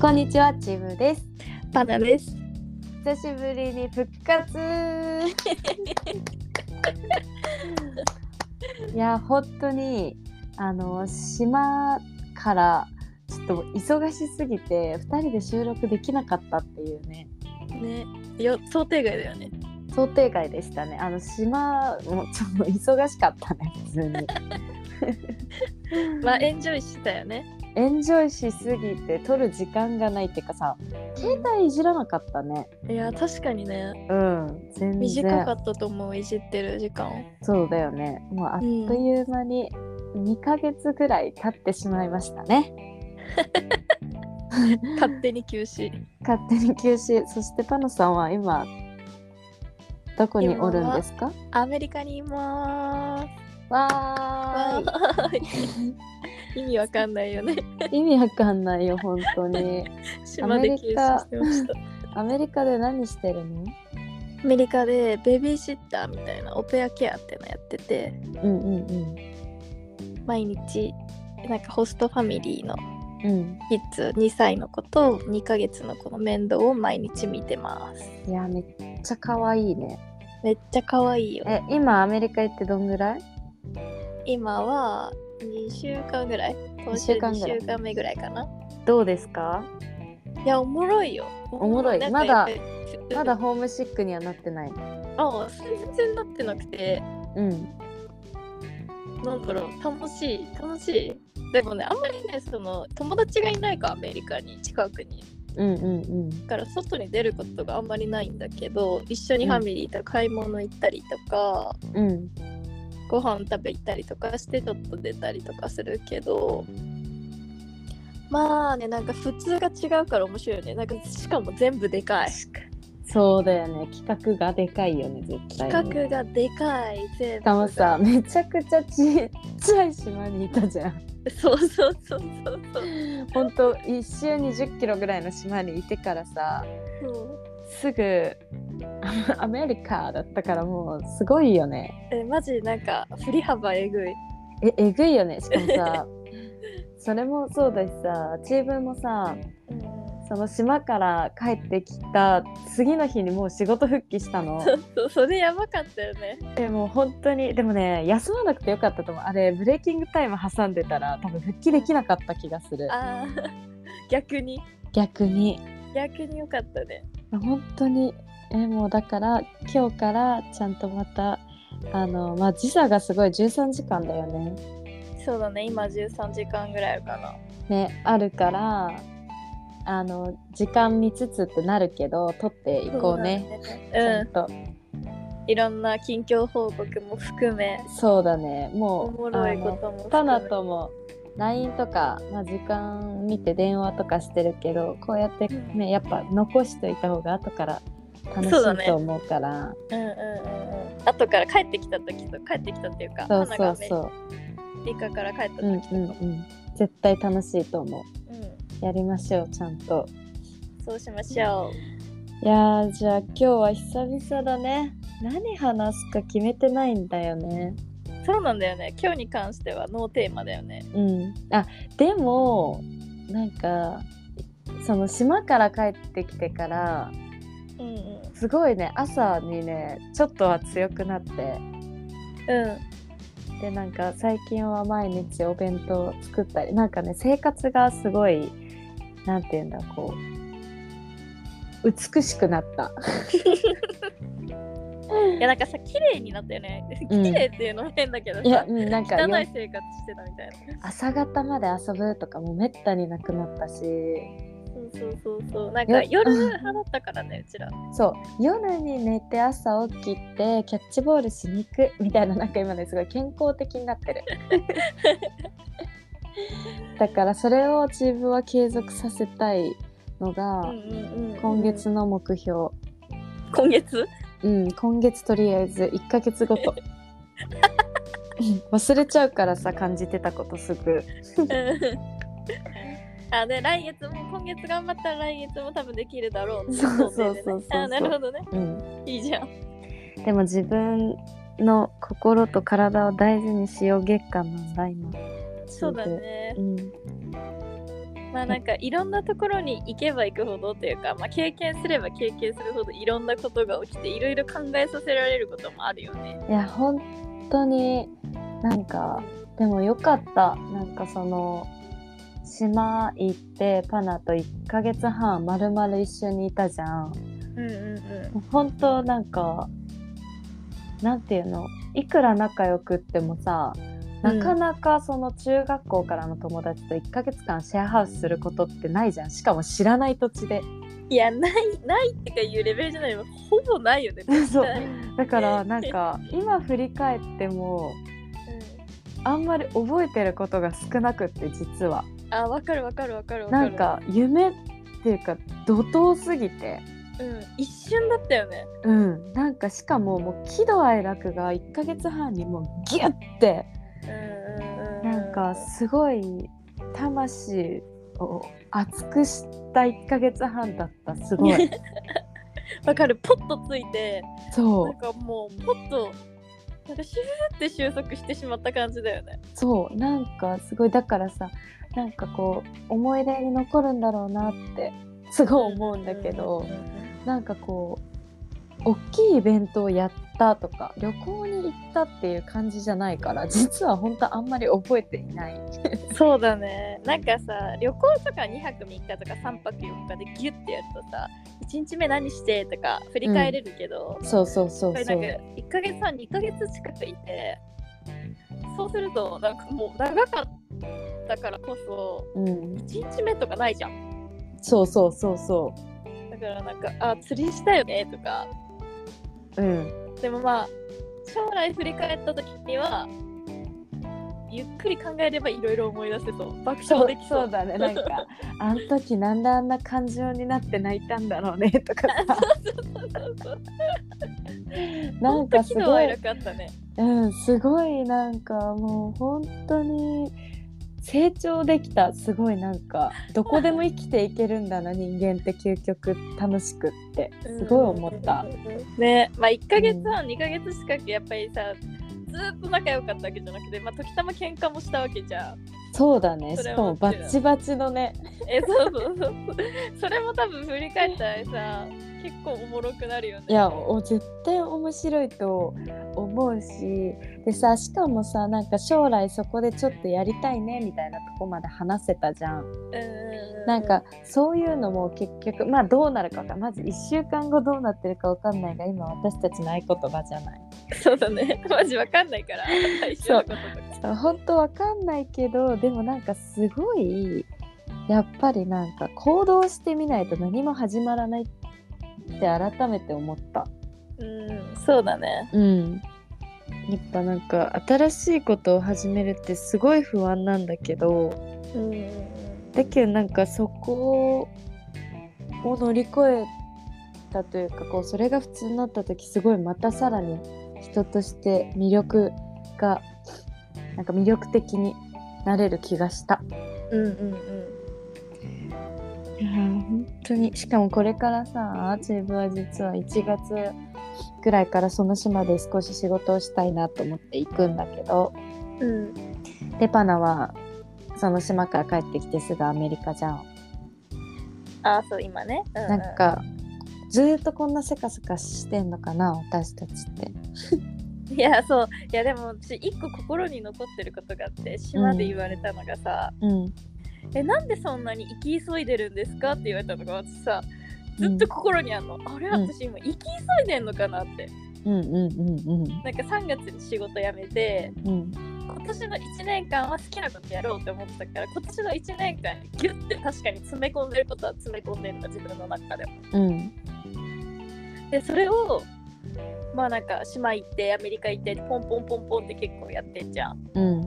こんにちは、チームです。パナです。久しぶりに復活。 いや、本当に、あの、島から。ちょっと忙しすぎて、二人で収録できなかったっていうね。ね、よ想定外だよね。想定外でしたね。あの島もちょっと忙しかったね。普通 に。まあエンジョイしたよね。エンジョイしすぎて、撮る時間がないっていうかさ。携帯いじらなかったね。いや確かにね、うん、全然。短かったと思ういじってる時間を。そうだよね。もうあっという間に2ヶ月ぐらい経ってしまいましたね。勝手に休止。勝手に休止。そしてパノさんは今どこにおるんですか？アメリカにいまわーーす。意味わかんないよね。い。意味わかんないよ本当に。島で休止してました。アメリカで何してるの？アメリカでベビーシッターみたいなオペアケアってのやってて、うんうんうん毎日なんかホストファミリーのうん。キッズ2歳の子と2ヶ月の子の面倒を毎日見てます。いやめっちゃ可愛いね。めっちゃ可愛いよ。え今アメリカ行ってどんぐらい？今は2週間ぐらい今週二週間ぐらい2週間目ぐらいかなどうですか？いやおもろいよおもろいなんかまだやっぱりまだホームシックにはなってない。あ全然なってなくてうんなんだろう楽しい楽しいでもねあんまりねその友達がいないかアメリカに近くにうんうんだから外に出ることがあんまりないんだけど一緒にファミリーと買い物行ったりとか、うんうん。ご飯食べ行ったりとかしてちょっと出たりとかするけどまあねなんか普通が違うから面白いよねなんかしかも全部でかいそうだよね企画がでかいよね絶対に。企画がでかい全部たがまさめちゃくちゃちっちゃい島にいたじゃんそうそうそうそうほんと1周2 0キロぐらいの島にいてからさそうすぐあアメリカだったからもうすごいよねえマジなんか振り幅えぐいええぐいよねしかも さそれもそうだしさ自分もさその島から帰ってきた次の日にもう仕事復帰したのそうそれやばかったよねでもう本当にでもね休まなくてよかったと思うあれブレーキングタイム挟んでたら多分復帰できなかった気がするあー 逆に逆に逆によかったね本当にえもうだから今日からちゃんとまたあのまあ時差がすごい13時間だよねそうだね今13時間ぐらいあるかなねあるからあの時間見つつってなるけど取っていこうねそうだねちゃんとうんいろんな近況報告も含めそうだねおもうもろいこあのともパ含ナめとも LINE とか、まあ、時間見て電話とかしてるけどこうやってうねやっぱ残しといた方が後から楽しそうだねいと思うからうんうんうんうん後から帰ってきた時と帰ってきたっていうかそう花そがうねそう理科から帰ったうん時とうかんうん絶対楽しいと思ううんやりましょうちゃんとそうしましょいやーじゃあ今日は久々だね何話すか決めてないんだよねうそうなんだよね今日に関してはノーテーマだよねうんあでもなんかその島から帰ってきてからうんうんすごいね朝にねちょっとは強くなってうんでなんか最近は毎日お弁当作ったりなんかね生活がすごいなんていうんだこう美しくなったいやなんかさ綺麗になったよねうん綺麗っていうのも変だけどいやさ、うんなんか汚よい生活してたみたいな朝方まで遊ぶとかもめったになくなったしそうそうそうそうなんかよ夜派だったからねうちらそう夜に寝て朝起きてキャッチボールしに行くみたいななんか今ねすごい健康的になってるだからそれを自分は継続させたいのが今月の目標今月うん今月とりあえず1ヶ月ごとうん忘れちゃうからさ感じてたことすぐうんあで来月も今月頑張ったら来月も多分できるだろうってそうそうそうそう想定でねそうあなるほどねうんいいじゃんでも自分の心と体を大事にしよう月間なんだ今そうだねうんまあなんかいろんなところに行けば行くほどというか、まあ、経験すれば経験するほどいろんなことが起きていろいろ考えさせられることもあるよね。いや本当になんかでもよかったなんかその島行ってパナと1ヶ月半まるまる一緒にいたじゃんうんうんう本当なんかなんていうのいくら仲良くってもさなかなかその中学校からの友達と1ヶ月間シェアハウスすることってないじゃんしかも知らない土地でん。いやないないってかいうレベルじゃないよほぼないよね。そう絶対だからなんか今振り返ってもあんまり覚えてることが少なくって実はうんあわかるわかるわかるわかなる。んか夢っていうか怒涛すぎてうん、一瞬だったよね。うんなんかしかももう喜怒哀楽が1ヶ月半にもうギュッてうんうんうんなんかすごい魂を熱くした1ヶ月半だったすご いわかるポッとついてそなうんかもうポッとなんかシューって収束してしまった感じだよね。そうなんかすごいだからさなんかこう思い出に残るんだろうなってすごい思うんだけどうんうんうんうんなんかこう大きいイベントをやったとか旅行に行ったっていう感じじゃないから実は本当あんまり覚えていないそうだねなんかさ旅行とか2泊3日とか3泊4日でギュッてやるとさ1日目何してとか振り返れるけど、そうそうそこうれそなんかう1ヶ月半2ヶ月近くいてそうするとなんかもう長かったからこそうん1日目とかないじゃんそうそうそうそだからなんかあ釣りしたよねとかううんでもまあ将来振り返った時にはゆっくり考えればいろいろ思い出せそう爆そ笑うできそうそうだね なんかあの時なんであんな感情になって泣いたんだろうねとかさなんかす本当喜怒ご哀い楽あったねうんすごいなんかもう本当に成長できたすごいなんかどこでも生きていけるんだな人間って究極楽しくってすごい思った。ねまあ1ヶ月半2ヶ月近くやっぱりさずーっと仲良かったわけじゃなくて、まあ、時たま喧嘩もしたわけじゃん。そうだねそしれかはもバッチバチのねえ、そうそうそう。 それも多分振り返ったらさ、結構おもろくなるよね。いやお絶対面白いと思うしでさしかもさなんか将来そこでちょっとやりたいねみたいなとこまで話せたじゃん。うんうんうなんか、そういうのも結局まあどうなるかわかんまず1週間後どうなってるか分かんないが今私たちの合言葉じゃないそうだね。 マジわかんないから、最初のこととか。そう本当分かんないけどでもなんかすごいやっぱりなんか行動してみないと何も始まらないって改めて思ったうん、そうだね。うんやっぱなんか新しいことを始めるってすごい不安なんだけどうんうんだけどなんかそこを乗り越えたというかこうそれが普通になった時すごいまたさらに人として魅力がなんか魅力的になれる気がした。うんうんうん。いやー本当にしかもこれからさチームは実は1月ぐらいからその島で少し仕事をしたいなと思って行くんだけどうんでパナはその島から帰ってきてすぐアメリカじゃん。あ、そう、今ね。ううなん、かずーっとこんなせかせかしてんのかな私たちって。いや、そう、いや、でも、私、一個心に残ってることがあって、島で言われたのがさ、うん、え、なんでそんなに行き急いでるんですかって言われたのが、私さ、ずっと心にあんの、あれ、うん私、今、行き急いでんのかなって。うんうんうんうんなんか、3月に仕事辞めて、うん今年の1年間は好きなことやろうって思ってたから、今年の1年間にギュッて確かに詰め込んでることは詰め込んでるんだ、自分の中でも。うんでそれをまあなんか島行ってアメリカ行ってポンポンポンポンって結構やってんじゃん。うん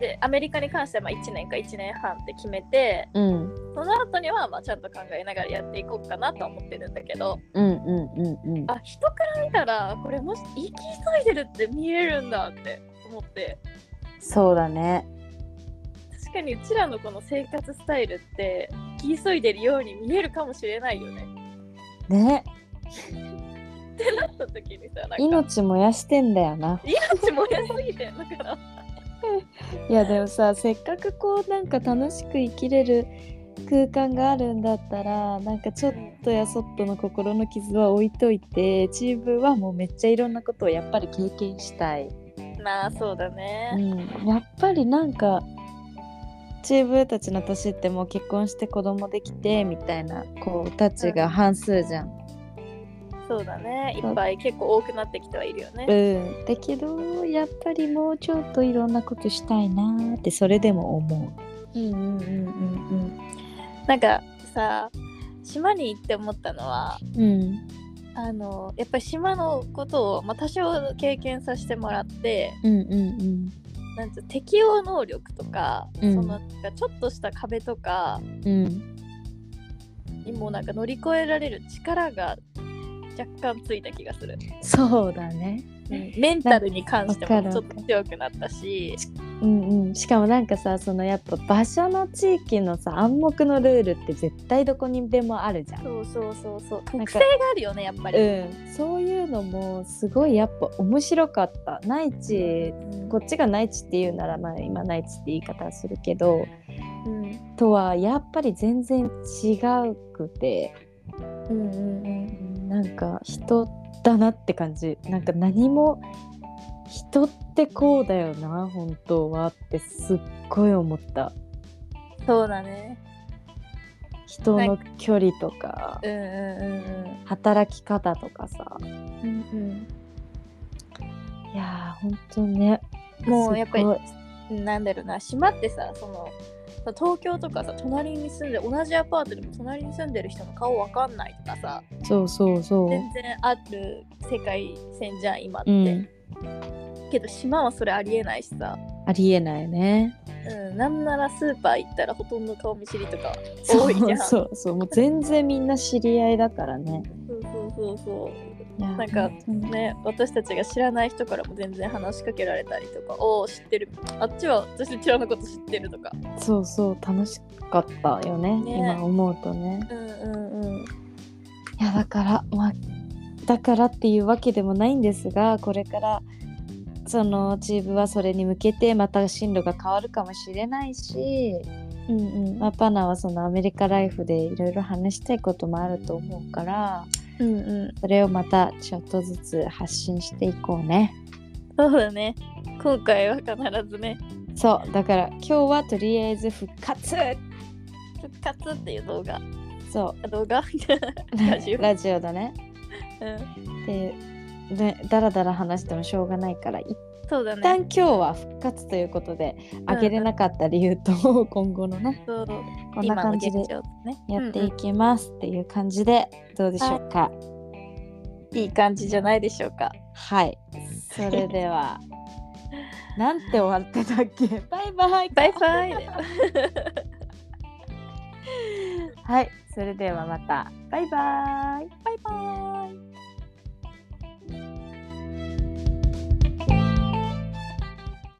でアメリカに関してはまあ1年か1年半って決めてうんその後にはまあちゃんと考えながらやっていこうかなとは思ってるんだけどうんうんうんうんあ人から見たらこれもし行き急いでるって見えるんだって思ってそうだね確かにうちらのこの生活スタイルって行き急いでるように見えるかもしれないよね。ねなった時にさなんか命燃やしてんだよな命燃やすぎてだからいやでもさせっかくこうなんか楽しく生きれる空間があるんだったらなんかちょっとやそっとの心の傷は置いといてチームはもうめっちゃいろんなことをやっぱり経験したい、 まあそうだうね。ん、やっぱりなんかチームたちの年ってもう結婚して子供できてみたいな子たちが半数じゃんそうだね。いっぱい結構多くなってきてはいるよね。うん、だけどやっぱりもうちょっといろんなことしたいなーってそれでも思う。うんうんうんなんかさ、島に行って思ったのは、うんうん。うんあのやっぱり島のことを、まあ、多少経験させてもらってうんうんなんていうの適応能力とか、うんそのなんかちょっとした壁とかうんうん。にもなんか乗り越えられる力が若干ついた気がする、そうだね。メンタルに関してわかもるちょっと強くなったしうんうん。しかもなんかさそのやっぱ場所の地域のさ暗黙のルールって絶対どこにでもあるじゃん。そうそうそうそうなんか特性があるよねやっぱり、うん、そういうのもすごいやっぱ面白かった内地こっちが内地っていうならまあ今内地って言い方はするけどうんとはやっぱり全然違うくてうんうんうんなんか人だなって感じなんか何も人ってこうだよな本当はってすっごい思ったそうだね人の距離とかうんうん働き方とかさうんうんうんいやー本当ねうんもうやっぱりすごいなんだろうな島ってさその東京とかさ隣に住んで同じアパートでも隣に住んでる人の顔わかんないとかさそうそうそう全然ある世界線じゃん今って、うんけど島はそれありえないしさ、ありえないねうん、なんならスーパー行ったらほとんど顔見知りとかそ多ういじゃんそうそうもう全然みんな知り合いだからねそうそうそうそいやーなんか本当にうね私たちが知らない人からも全然話しかけられたりとかおお知ってるあっちは私ちらのこと知ってるとかそうそう楽しかったよねね今思うとねうんうんうんいやだからまあだからっていうわけでもないんですがこれからそのチームはそれに向けてまた進路が変わるかもしれないし、うんうんまあ、パナはそのアメリカライフでいろいろ話したいこともあると思うからうんうんそれをまたちょっとずつ発信していこうねそうだね今回は必ずねそうだから今日はとりあえず復活復活っていう動画そ動画う ラジオラジオだねうんでねだらだら話してもしょうがないからそうだ一ね旦今日は復活ということで上げれなかった理由と 今後のねそうこんな今の感現じで状ねやってうんういきますっていう感じでどうでしょうかんいい感じじゃないでしょうかはいそれで はなんて終わってたっけバイバイバイバイはいそれではまたバイバイバイバイ